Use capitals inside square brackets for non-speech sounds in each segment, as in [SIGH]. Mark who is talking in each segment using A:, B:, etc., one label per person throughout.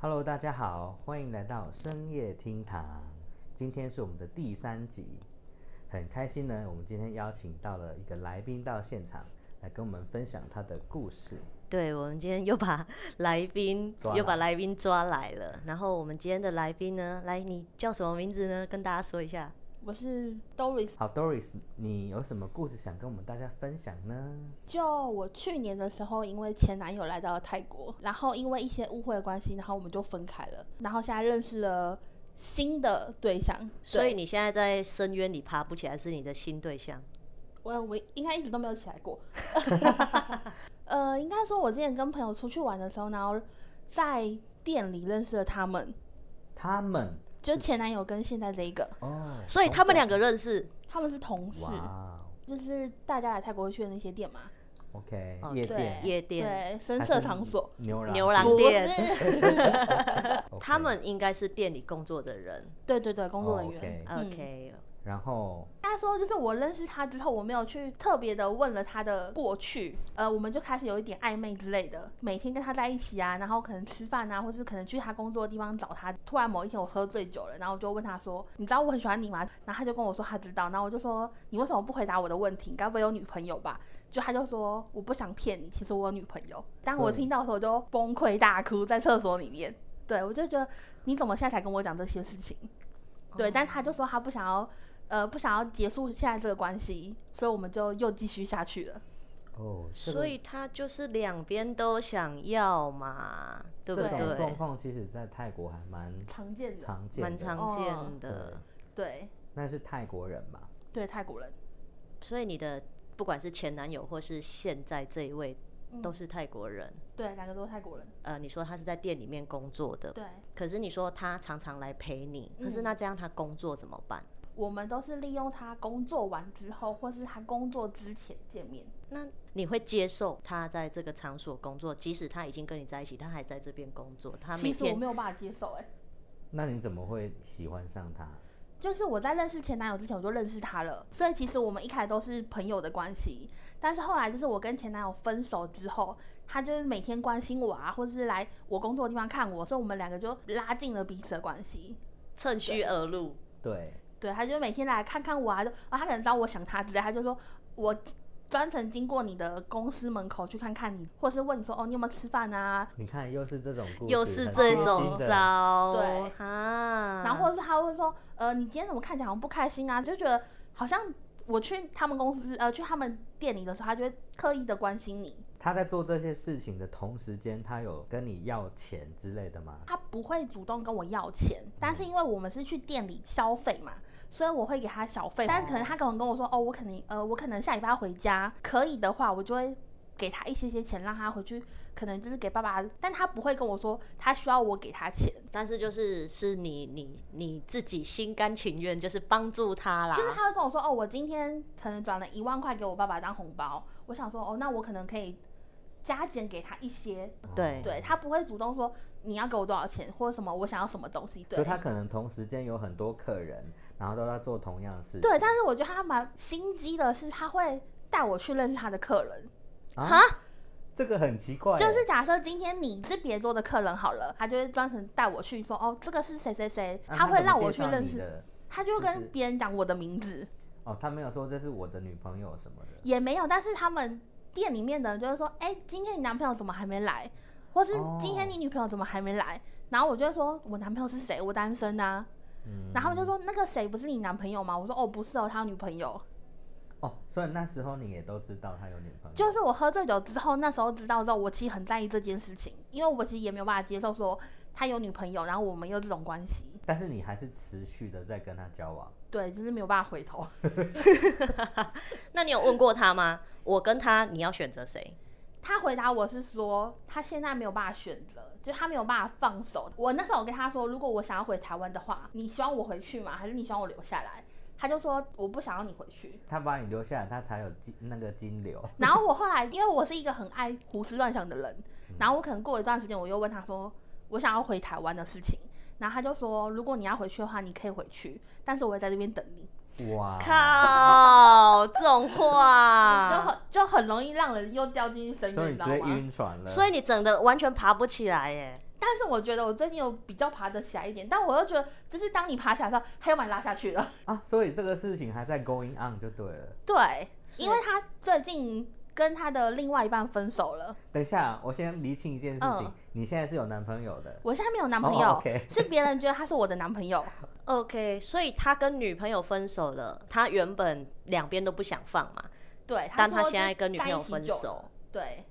A: Hello，大家好，欢迎来到深夜厅堂。今天是我们的第三集，很开心呢。我们今天邀请到了一个来宾到现场来跟我们分享他的故事。
B: 对，我们今天又把 [LAUGHS] 来宾
A: 抓
B: 又把
A: 来
B: 来宾抓来了。然后我们今天的来宾呢，来，你叫什么名字呢？跟大家说一下。
C: 我是 Doris。
A: 好，Doris，你有什么故事想跟我们大家分享呢？
C: 就我去年的时候，因为前男友来到了泰国，然后因为一些误会的关系，然后我们就分开了。然后现在认识了新的对象，对
B: 所以你现在在深渊里爬不起来，是你的新对象。
C: 我我应该一直都没有起来
B: [LAUGHS]
C: 过。呃，应该说，我之前跟朋友出去玩的时候，然后在店里认识了他们，
A: 他们
C: 就是前男友跟现在这一个，
A: 哦，
B: 所以他们两个认识，
C: 他们是同事，
A: 哇
C: 就是大家来泰国会去的那些店嘛，
A: ，OK，
B: 哦
A: 夜
C: 对
A: 店、
B: 夜店、
C: 对，深色场所，、
A: 牛郎
B: 牛郎
C: 不
A: [LAUGHS]
B: 店，
C: 是，
A: OK
B: 他们应该是店里工作的人。
C: 对对对，工作人员。
A: 哦，OK
C: 嗯
B: OK，
A: 然后
C: 他说，就是我认识他之后，我没有去特别的问了他的过去，呃，我们就开始有一点暧昧之类的，每天跟他在一起啊，然后可能吃饭啊，或是可能去他工作的地方找他。突然某一天我喝醉酒了，然后我就问他说：“你知道我很喜欢你吗？”然后他就跟我说他知道，然后我就说：“你为什么不回答我的问题？你该不会有女朋友吧？”就他就说：“我不想骗你，其实我有女朋友。”当我
A: 对
C: 听到的时候，我就崩溃大哭在厕所里面。对我就觉得你怎么现在才跟我讲这些事情？
B: 哦
C: 对，但他就说他不想要，呃，不想要结束现在这个关系，所以我们就又继续下去了。
A: 哦，这个
B: 所以他就是两边都想要嘛，对不
A: 这种状
B: 对？
A: 况其实在泰国还蛮
C: 常见的，
A: 常见的，
B: 蛮常
C: 哦
B: 见的。
C: 对
A: 那是泰国人嘛？
C: 对，泰国人
B: 所以你的不管是前男友或是现在这一位，
C: 嗯
B: 都是泰国人。
C: 对，两个都是泰国人，
B: 呃，你说他是在店里面工作的，
C: 对，
B: 可是你说他常常来陪你，可是
C: 嗯
B: 那这样他工作怎么办？
C: 我们都是利用他工作完之后，或是他工作之前见面。
B: 那你会接受他在这个场所工作，即使他已经跟你在一起，他还在这边工作，他每
C: 其实我
B: 天
C: 没有办法接受、哎，
A: 那你怎么会喜欢上他？
C: 就是我在认识前男友之前我就认识他了，所以其实我们一开始都是朋友的关系。但是后来就是我跟前男友分手之后，他就是每天关心我啊，或是来我工作的地方看我，所以我们两个就拉近了彼此的关系。
B: 趁虚而入。
A: 对，
C: 对，他就每天来看看我啊，就啊，他可能知道我想他之类，他就说我专程经过你的公司门口去看看你，或是问你说哦，你有没有吃饭啊？
A: 你看又是这种故事，
B: 又是这种
A: 啊的，
B: 招，
C: 对
B: 啊，
C: 然后或者是他会说，呃，你今天怎么看起来好像不开心啊？就觉得好像我去他们公司，呃，去他们店里的时候，他就会刻意的关心你，
A: 他在做这些事情的同时间，他有跟你要钱之类的吗？
C: 他不会主动跟我要钱，但是因为我们是去店里消费嘛，所以我会给他小费。但可能他可能跟我说，哦，我可能呃，我可能下礼拜要回家，可以的话，我就会给他一些些钱，让他回去，可能就是给爸爸。但他不会跟我说他需要我给他钱，
B: 但是就是是你你你自己心甘情愿，就是帮助他啦。
C: 就是他会跟我说，哦，我今天可能转了一万块给我爸爸当红包，我想说，哦，那我可能可以加减给他一些。
A: 哦
B: 对
C: 对他不会主动说你要给我多少钱或者什么，我想要什么东西。对
A: 就，他可能同时间有很多客人，然后都在做同样的事情。
C: 对，但是我觉得他蛮心机的是，他会带我去认识他的客人。
A: 啊，这个很奇怪耶，
C: 就是假设今天你是别桌的客人好了，他就会专程带我去说，哦，这个是谁谁谁，
A: 啊
C: 他会
A: 怎么
C: 让我
A: 介
C: 去
A: 绍
C: 认
A: 你
C: 识，
A: 的
C: 他就
A: 就是
C: 跟别人讲我的名字
A: 哦，他没有说这是我的女朋友什么的。
C: 也没有，但是他们店里面的人就会说，哎、今天你男朋友怎么还没来，或是
A: 哦
C: 今天你女朋友怎么还没来，然后我就会说我男朋友是谁，我单身啊，
A: 嗯，
C: 然后他们就说那个谁不是你男朋友吗？我说哦不是哦，他有女朋友。
A: 哦，所以那时候你也都知道他有女朋友，
C: 就是我喝醉酒之后，那时候知道之后，我其实很在意这件事情，因为我其实也没有办法接受说他有女朋友，然后我们又这种关系，
A: 但是你还是持续的在跟他交往。
C: 对，就是没有办法回头。
B: 那你有问过他吗？我跟他，你要选择谁？
C: 他回答我是说，他现在没有办法选择，就他没有办法放手。我那时候我跟他说，如果我想要回台湾的话，你希望我回去吗？还是你希望我留下来？他就说我不想要你回去。
A: 他把你留下来，他才有金那个金
C: [LAUGHS]
A: 流。
C: 然后我后来，因为我是一个很爱胡思乱想的人，
A: 嗯
C: 然后我可能过一段时间，我又问他说，我想要回台湾的事情，然后他就说，如果你要回去的话，你可以回去，但是我会在这边等你，
A: 哇，
B: 靠，这种
C: 就
B: 话，
C: 很就很容以让人又掉进去深
A: 所以
C: 渊，
A: 你
C: 知
A: 直接
C: 道吗？
A: 晕船了。
B: 所以你整的完全爬不起来耶。
C: 但是我觉得我最近有比较爬得起来一点，但我又觉得，就是当你爬起来的时候，他又把你拉下去了。 [LAUGHS]
A: 啊，所以这个事情还在 going on 就对了。
C: 对，因
B: 是
C: 为他最近跟他的另外一半分手了，
A: 等一下，我先厘清一件事情，
C: 嗯
A: 你现在是有男朋友的，
C: 我现在没有男朋
A: 哦
C: 友。
A: OK
C: 是别人觉得他是我的男朋友，
B: OK，所以他跟女朋友分手了，他原本两边都不想放嘛，
C: 对，
B: 但
C: 他
B: 他
C: 说
B: 现在
C: 就
B: 跟女
C: 在
B: 朋友
C: 一起
B: 分
C: 久
B: 手
C: 了，对，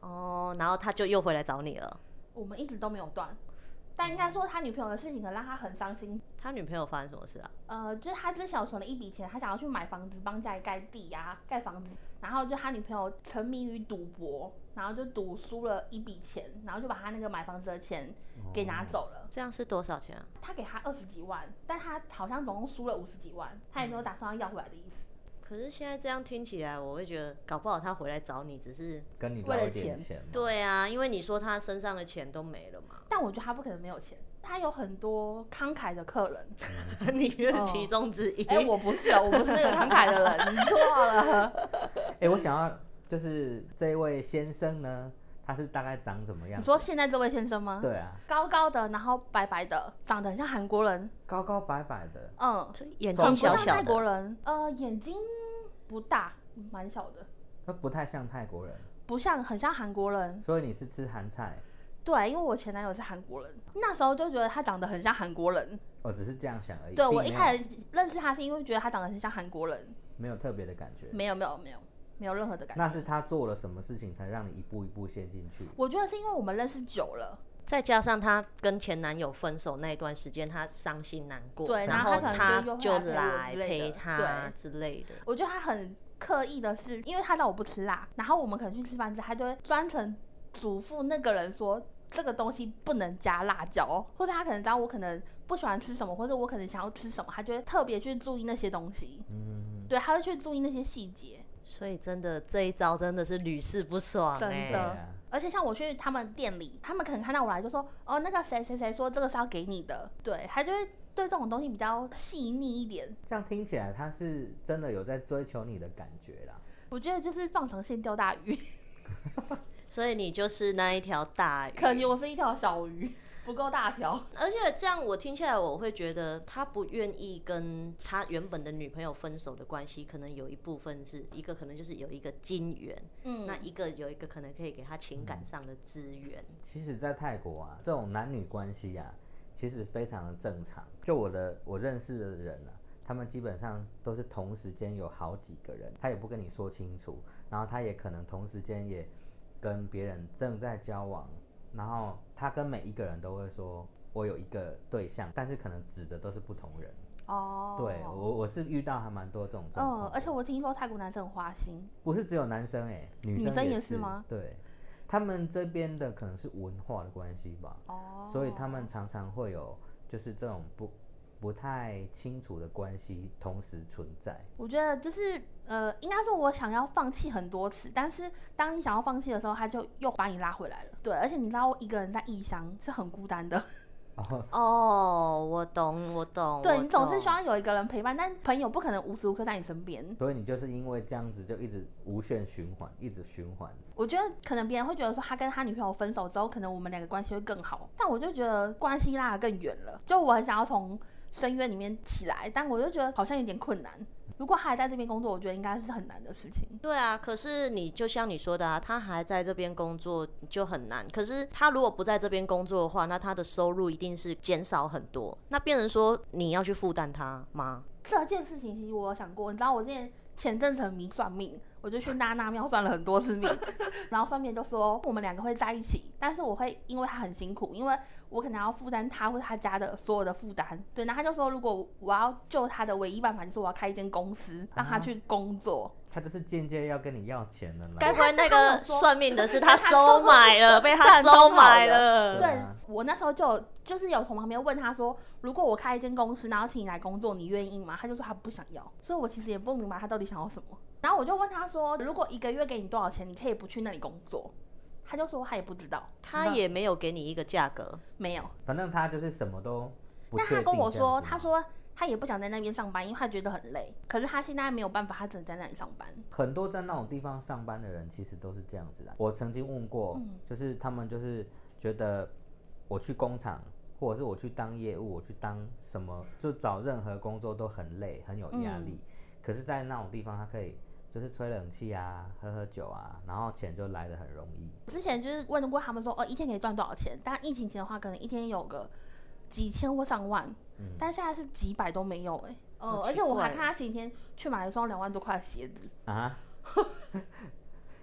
B: 哦，然后他就又回来找你了。
C: 我们一直都没有断，但应该说他女朋友的事情可能让他很伤心。
B: 他女朋友发生什么事啊？
C: 呃，就是他之前有存了一笔钱，他想要去买房子，帮家里盖地啊，盖房子。然后就他女朋友沉迷于赌博，然后就赌输了一笔钱，然后就把他那个买房子的钱给拿走了。
B: 这样是多少钱啊？
C: 他给他二十几万，但他好像总共输了五十几万，他也没有打算要要回来的意思。
B: 可是现在这样听起来，我会觉得搞不好他回来找你只是
A: 哦跟你
C: 为了
A: 捞一点
C: 钱
A: 钱嘛。
B: 对啊，因为你说他身上的钱都没了嘛， [LAUGHS]
C: 但我觉得他不可能没有钱，他有很多慷慨的客人。
B: 你是
C: 哦
B: 其中之一。
C: 哎、我不是哦，我不是那个慷慨的人，你错了。
A: 哎、我想要就是这位先生呢，他是大概长怎么样
C: 你？说现在这位先生吗？
A: 对啊，
C: 高高的，然后白白的，长得很像韩国人，
A: 高高白白的，
C: 嗯，
B: 所以眼
A: 长
B: 睛
A: 得
B: 小
C: 不像
B: 小
C: 泰国
B: 的，
C: 人，呃，眼睛不大，蛮小的，
A: 他不太像泰国人，
C: 不像很像韩国人。
A: 所以你是吃韩菜，
C: 对，因为我前男友是韩国人，那时候就觉得他长得很像韩国人。
A: 我哦只是这样想而已。
C: 对
A: 并
C: 我一
A: 没有
C: 开始认识他是因为觉得他长得很像韩国人，
A: 没有特别的感觉，
C: 没有没有没有没有任何的感觉。
A: 那是他做了什么事情才让你一步一步陷进去？
C: 我觉得是因为我们认识久了，
B: 再加上他跟前男友分手那一段时间，他伤心难过，
C: 对
A: 然
B: 然
A: 后
B: 后
A: 他可
B: 他
A: 能
C: 就
B: 就
C: 又会来
B: 来
C: 陪
B: 陪
C: 我之类的
B: 他之类的。
C: 我觉得他很刻意的是，因为他知道我不吃辣，然后我们可能去吃饭之后，他就会专程嘱咐那个人说这个东西不能加辣椒，或者他可能知道我可能不喜欢吃什么，或者我可能想要吃什么，他就会特别去注意那些东西，
A: 嗯，
C: 对，他会去注意那些细节。
B: 所以真的这一招真的是屡试不爽、欸，
C: 真
A: 对
C: 的
A: 啊，
C: 而且像我去他们店里，他们可能看到我来就说，哦，那个谁谁谁说这个是要给你的，对，他就会对这种东西比较细腻一点。
A: 这样听起来他是真的有在追求你的感觉啦。
C: 我觉得就是放长线钓大鱼， [LAUGHS]
B: 所以你就是那一条大鱼。
C: 可惜我是一条小鱼，不够大条。
B: 而且这样我听下来，我会觉得他不愿意跟他原本的女朋友分手的关系，可能有一部分是一个可能就是有一个金源，
C: 嗯，
B: 那一个有一个可能可以给他情感上的资源。
A: 其实，在泰国啊，这种男女关系啊，其实非常的正常。就我的我认识的人啊，他们基本上都是同时间有好几个人，他也不跟你说清楚，然后他也可能同时间也跟别人正在交往，然后他跟每一个人都会说。我有一个对象，但是可能指的都是不同人。
C: 哦，
A: 对我，我是遇到还蛮多这种状况
C: 嗯
A: 的、，
C: 而且我听说泰国男生很花心，
A: 不是只有男生哎、女
C: 女
A: 生
C: 生
A: 也
C: 也是吗？
A: 对，他们这边的可能是文化的关系吧，
C: 哦，
A: 所以他们常常会有就是这种不不太清楚的关系同时存在。
C: 我觉得就是呃，应该说我想要放弃很多次，但是当你想要放弃的时候，他就又把你拉回来了。对，而且你知道，一个人在异乡是很孤单的，
A: 哦，
B: 哦，我懂，我懂。
C: 嗯对
B: 我
C: 你总是
B: 懂
C: 希望有一个人陪伴，但朋友不可能无时无刻在你身边。
A: 所以你就是因为这样子就一直无限循环，一直循环。
C: 我觉得可能别人会觉得说他跟他女朋友分手之后，可能我们两个关系会更好，但我就觉得关系拉得更远了。就我很想要从深渊里面起来，但我就觉得好像有点困难。如果他还在这边工作，我觉得应该是很难的事情。
B: 对啊，可是你就像你说的啊，他还在这边工作就很难。可是他如果不在这边工作的话，那他的收入一定是减少很多。那变成说你要去负担他吗？
C: 这件事情其实我有想过，你知道我之前前阵子很迷算命，我就去娜娜庙算了很多次命， [LAUGHS] 然后算命就说我们两个会在一起，但是我会因为他很辛苦，因为我可能要负担他或他家的所有的负担。对，然后他就说，如果我要救他的唯一办法就是我要开一间公司，让他去工作。
A: 他就是间接要跟你要钱了啦。
B: 该不会那
C: 他跟
B: 个
C: 我说
B: 算命的是他收买
C: [LAUGHS]
B: 了，被他收买了？
A: 对
C: 对
A: 啊
C: 我那时候就有就是有从旁边问他说，如果我开一间公司，然后请你来工作，你愿意吗？他就说他啊不想要，所以我其实也不明白他到底想要什么。然后我就问他说，如果一个月给你多少钱，你可以不去那里工作？他就说他也不知道，
B: 他也没有给你一个价格，
C: 没有。
A: 反正他就是什么都不
C: 但
A: 确定。
C: 他跟我说，他。说他也不想在那边上班，因为他觉得很累。可是他现在没有办法，他只能在那里上班。
A: 很多在那种地方上啊班的人，其实都是这样子的。我曾经问过，就是他们就是觉得我去工厂，或者是我去当业务，我去当什么，就找任何工作都很累，很有压力。可是，在那种地方，他可以就是吹冷气啊，喝喝酒啊，然后钱就来的很容易。
C: 我之前就是问过他们说，哦，一天可以赚多少钱？但疫情前的话，可能一天有个几千或上万，但现在是几百都没有哎、哦
B: 好，嗯
C: 而
B: 奇
C: 且我
B: 怪
C: 还看他前几天去买了一双两万多块的鞋子，
A: 啊，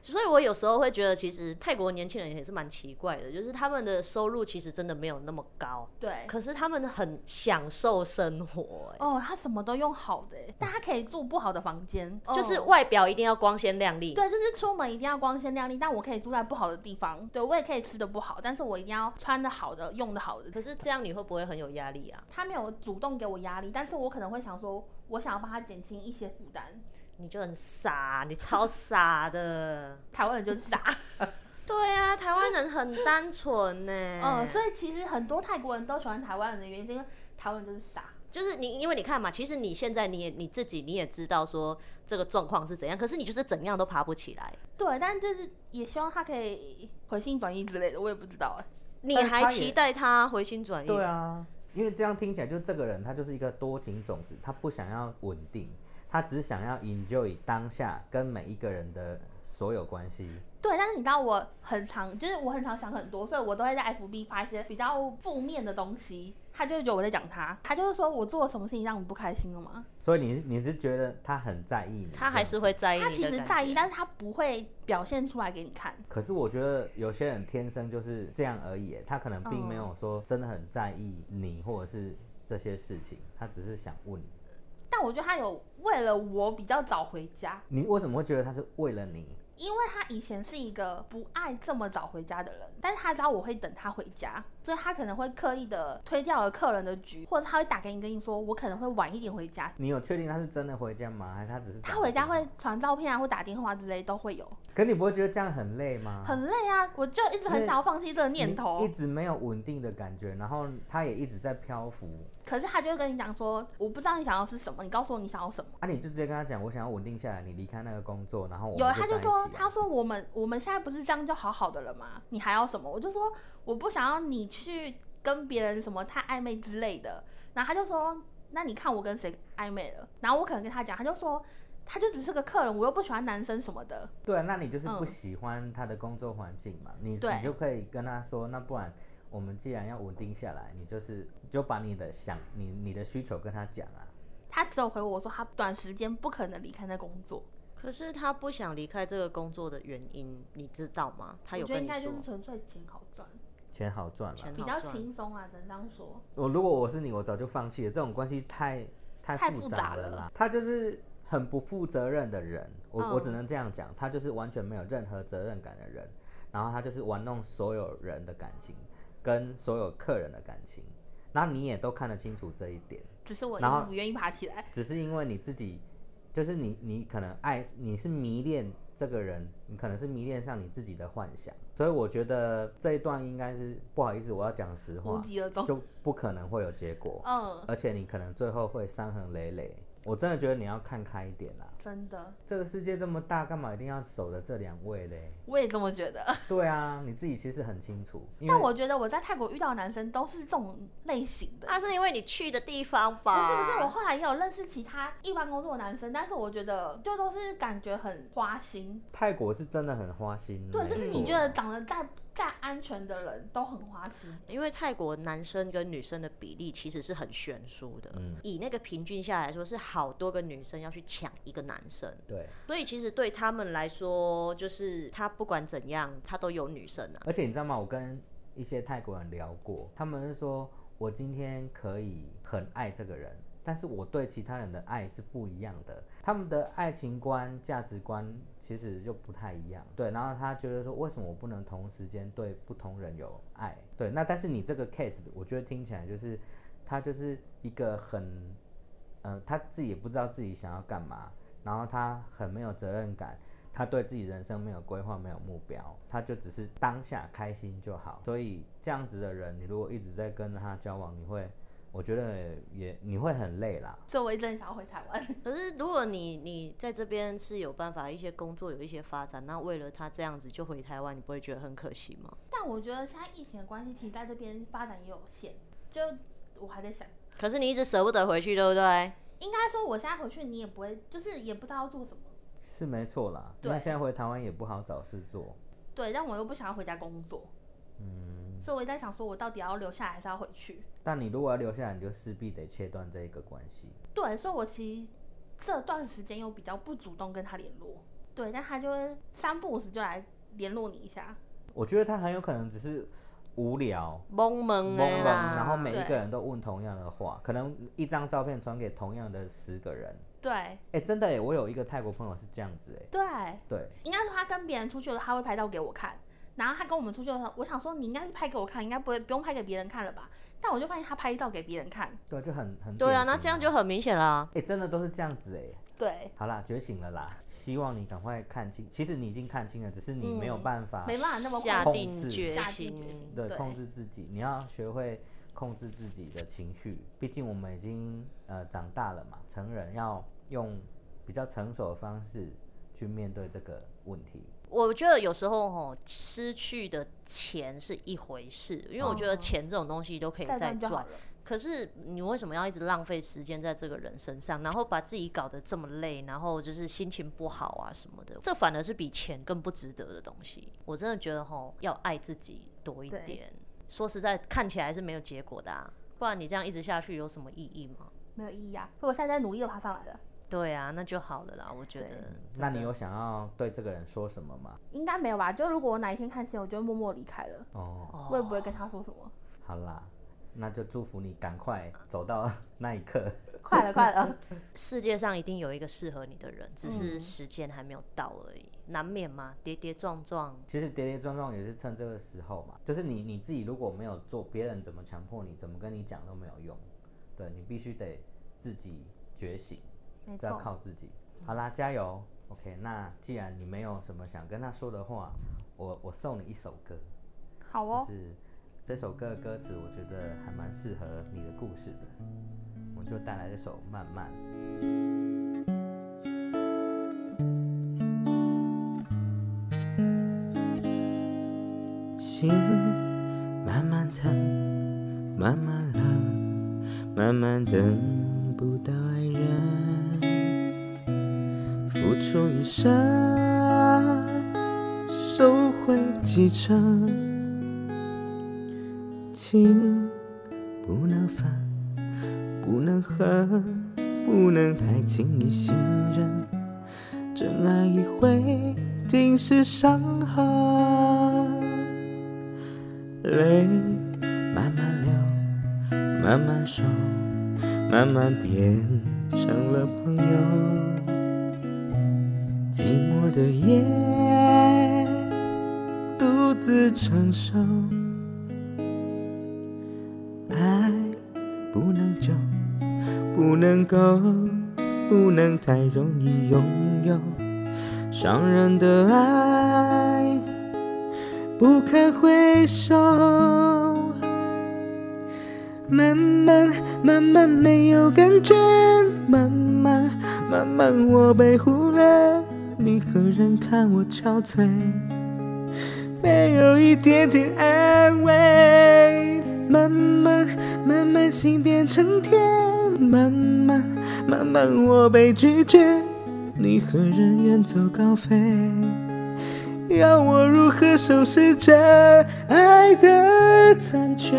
B: 所以我有时候会觉得，其实泰国年轻人也是蛮奇怪的，就是他们的收入其实真的没有那么高，
C: 对，
B: 可是他们很享受生活、欸。
C: 哦，他什么都用好
B: [LAUGHS]
C: 的、欸，但他可以住不好的房间，
B: 就是
C: 哦
B: 外表一定要光鲜亮丽，
C: 对，就是出门一定要光鲜亮丽，但我可以住在不好的地方，对我也可以吃的不好，但是我一定要穿的好的，用的好的。
B: 可是这样你会不会很有压力啊？
C: 他没有主动给我压力，但是我可能会想说，我想要帮他减轻一些负担。
B: 你就很傻，你超傻的。
C: 台湾人就是傻，
B: [LAUGHS] 对啊，台湾人很单纯呢、
C: 嗯，所以其实很多泰国人都喜欢台湾人的原因，是因为台湾人就是傻。
B: 就是你，因为你看嘛，其实你现在你也你自己你也知道说这个状况是怎样，可是你就是怎样都爬不起来。
C: 对，但就是也希望他可以回心转意之类的，我也不知道哎、
B: 你
A: 但
B: 还
A: 他也
B: 期待他回心转意？
A: 对啊，因为这样听起来，就这个人他就是一个多情种子，他不想要稳定，他只想要 enjoy 当下跟每一个人的所有关系。
C: 对，但是你知道我很常，就是我很常想很多，所以我都会在 FB 发一些比较负面的东西，他就会觉得我在讲他，他就会说我做了什么事情让你不开心了吗？
A: 所以你你是觉得他很在意你，
B: 他还是会在意
C: 他
B: 你
C: 其
B: 的
C: 实
B: 感
C: 在意，
B: 觉
C: 但是他不会表现出来给你看。
A: 可是我觉得有些人天生就是这样而已耶，他可能并没有说真的很在意你或者是这些事情，他只是想问
C: 但我觉得他有为了我比较早回家，
A: 你为什么会觉得他是为了你？
C: 因为他以前是一个不爱这么早回家的人，但是他知道我会等他回家，所以他可能会刻意的推掉了客人的局，或者他会打给你跟你说我可能会晚一点回家，
A: 你有确定他是真的回家吗？还是他只是
C: 他回家？会传照片啊或打电话之类都会有，
A: 可你不会觉得这样很累吗？
C: 很累啊，我就一直很想要放弃这个
A: 嗯
C: 念
A: 你一
C: 头，
A: 直没有稳定的感觉，然后他也一直在漂浮。
C: 可是他就会跟你讲说我不知道你想要是什么，你告诉我你想要什么。
A: 啊，你就直接跟他讲，我想要稳定下来，你离开那个工作，然后我
C: 有，
A: 们
C: 他
A: 就在
C: 就
A: 一起啊
C: 说，他说我们我们现在不是这样就好好的了吗？你还要什么？我就说我不想要你去跟别人什么太暧昧之类的。然后他就说，那你看我跟谁暧昧了？然后我可能跟他讲，他就说，他就只是个客人，我又不喜欢男生什么的。
A: 对啊，那你就是
C: 嗯
A: 不喜欢他的工作环境嘛，你
C: 对
A: 你就可以跟他说，那不然我们既然要稳定下来，你就是你就把你的想你你的需求跟他讲啊。
C: 他只有回我说，他短时间不可能离开那工作。
B: 可是他不想离开这个工作的原因，你知道吗？他有
C: 我觉得
B: 跟
C: 应
B: 你
C: 该就
B: 说
C: 是纯粹钱好赚，
A: 钱好赚了
B: 钱，
C: 比
B: 好
C: 较
B: 赚
C: 轻松啊，只能这样说。
A: 我如果我是你，我早就放弃了。这种关系太太
C: 太
A: 复
C: 复
A: 杂
C: 杂
A: 了
C: 了
A: 啦。他就是很不负责任的人，我、我只
C: 嗯
A: 能这样讲，他就是完全没有任何责任感的人。然后他就是玩弄所有人的感情，跟所有客人的感情。然后你也都看得清楚这一点，
C: 只是我一
A: 然后
C: 直不愿意爬起来。
A: 只是因为你自己，就是你你可能爱你是迷恋这个人，你可能是迷恋上你自己的幻想。所以我觉得这一段应该是不好意思，我要讲实
C: 无
A: 话，
C: 疾而终。
A: 就不可能会有结果。
C: 嗯，
A: 而且你可能最后会伤痕累累。我真的觉得你要看开一点啦、
C: 真的，
A: 这个世界这么大，干嘛一定要守着这两位
C: [LAUGHS]
A: 嘞？
C: 我也这么觉得。
A: 对啊，你自己其实很清楚。因
C: 但
A: 为
C: 我觉得我在泰国遇到的男生都是这种类型的。
B: 那是因为你去的地方
C: 不
B: 吧？
C: 是不是，我后来也有认识其他一般工作的男生，但是我觉得就都是感觉很花心，
A: 泰国是真的很花心，
C: 对，
A: 嗯没
C: 就是
A: 错
C: 你觉得长得再再安全的人都很花心，
B: 因为泰国男生跟女生的比例其实是很悬殊的，
A: 嗯
B: 以那个平均下来说，是好多个女生要去抢一个男生，
A: 对，
B: 所以其实对他们来说，就是他不管怎样，他都有女生啊。
A: 而且你知道吗？我跟一些泰国人聊过，他们是说我今天可以很爱这个人，但是我对其他人的爱是不一样的，他们的爱情观、价值观其实就不太一样。对，然后他觉得说，为什么我不能同时间对不同人有爱？对，那但是你这个 case，我觉得听起来就是他就是一个很呃，他自己也不知道自己想要干嘛，然后他很没有责任感，他对自己人生没有规划、没有目标，他就只是当下开心就好。所以这样子的人，你如果一直在跟着他交往，你会，我觉得也你会很累啦。
C: 所以我一直很想要回台湾。 [LAUGHS]
B: 可是如果你你在这边是有办法一些工作有一些发展，那为了他这样子就回台湾，你不会觉得很可惜吗？
C: 但我觉得现在疫情的关系，其实在这边发展也有限。就我还在想，
B: 可是你一直舍不得回去，对不对？
C: 应该说我现在回去，你也不会，就是也不知道要做什么。
A: 是没错啦。
C: 对
A: 那现在回台湾也不好找事做，
C: 对，但我又不想要回家工作，
A: 嗯。
C: 所以我也在想，说我到底要留下来还是要回去？
A: 但你如果要留下来，你就势必得切断这一个关系。
C: 对，所以我其实这段时间又比较不主动跟他联络，对，但他就会三不五时就来联络你一下。
A: 我觉得他很有可能只是无聊、
B: 懵
A: 懵
B: 懵的
A: 懵，
B: 啦，
A: 然后每一
C: 对
A: 个人都问同样的话，可能一张照片传给同样的十个人。
C: 对
A: 哎、真的哎，我有一个泰国朋友是这样子哎，
C: 对，
A: 对，
C: 应该说他跟别人出去的时候，他会拍照给我看。然后他跟我们出去的时候，我想说你应该是拍给我看，应该不会不用拍给别人看了吧？但我就发现他拍照给别人看，
A: 对，就很很
B: 对
A: 典型
B: 啊，那这样就很明显啊啦。
A: 哎、真的都是这样子哎。
C: 对，
A: 好啦，觉醒了啦，希望你赶快看清。其实你已经看清了，只是你没有
C: 嗯
A: 办法、
C: 没办法那么
B: 下
C: 快
A: 控
B: 定
A: 制
B: 决
C: 下定决
B: 心
C: 心，
A: 对
C: 对
A: 控制自己，你要学会控制自己的情绪。毕竟我们已经呃长大了嘛，成人要用比较成熟的方式去面对这个问题。
B: 我觉得有时候吼，失去的钱是一回事，因为我觉得钱这种东西都可以
C: 哦再
B: 再
C: 就好
B: 赚。
C: 了。
B: 可是你为什么要一直浪费时间在这个人身上，然后把自己搞得这么累，然后就是心情不好啊什么的？这反而是比钱更不值得的东西。我真的觉得吼，要爱自己多一
C: 对
B: 点。说实在，看起来是没有结果的啊，不然你这样一直下去有什么意义吗？
C: 没有意义啊，所以我现在在努力的爬上来了，
B: 对啊，那就好了啦，我觉
C: 对
B: 得。
A: 那你有想要对这个人说什么吗？
C: 应该没有吧？就如果我哪一天看见，我就会默默离开了，
A: 哦，
B: 哦
C: 我也不会跟他说什么。
A: 好啦，那就祝福你赶快走到 [LAUGHS] 那一刻。
C: 快了，快了，
B: 世界上一定有一个适合你的人，只是时间还没有到而已，难免嘛，跌跌撞撞。
A: 其实跌跌撞撞也是趁这个时候嘛，就是你你自己如果没有做，别人怎么强迫你，怎么跟你讲都没有用。对你必须得自己觉醒。
C: 没
A: 都要
C: 错。
A: 靠自己。好啦，加油。OK，那既然你没有什么想跟他说的话，我我送你一首歌，
C: 好哦
A: 就，是这首歌的歌词，我觉得还蛮适合你的故事的。我们就带来这首《慢慢》。心慢慢疼，慢慢冷，慢慢等不到爱人，付出一生，收回几成？情不能分，不能恨，不能太轻易信任，真爱一回，定是伤痕。泪慢慢流，慢慢收，慢慢变成了朋友。寂寞的夜，独自承受。爱不能久，不能够，不能太容易拥有。伤人的爱，不堪回首。慢慢慢慢没有感觉，慢慢慢慢我被忽略，你何人看我憔悴？没有一点点安慰，慢慢慢慢心变成甜，慢慢慢慢我被拒绝，你何人远走高飞？要我如何收拾这爱的残缺？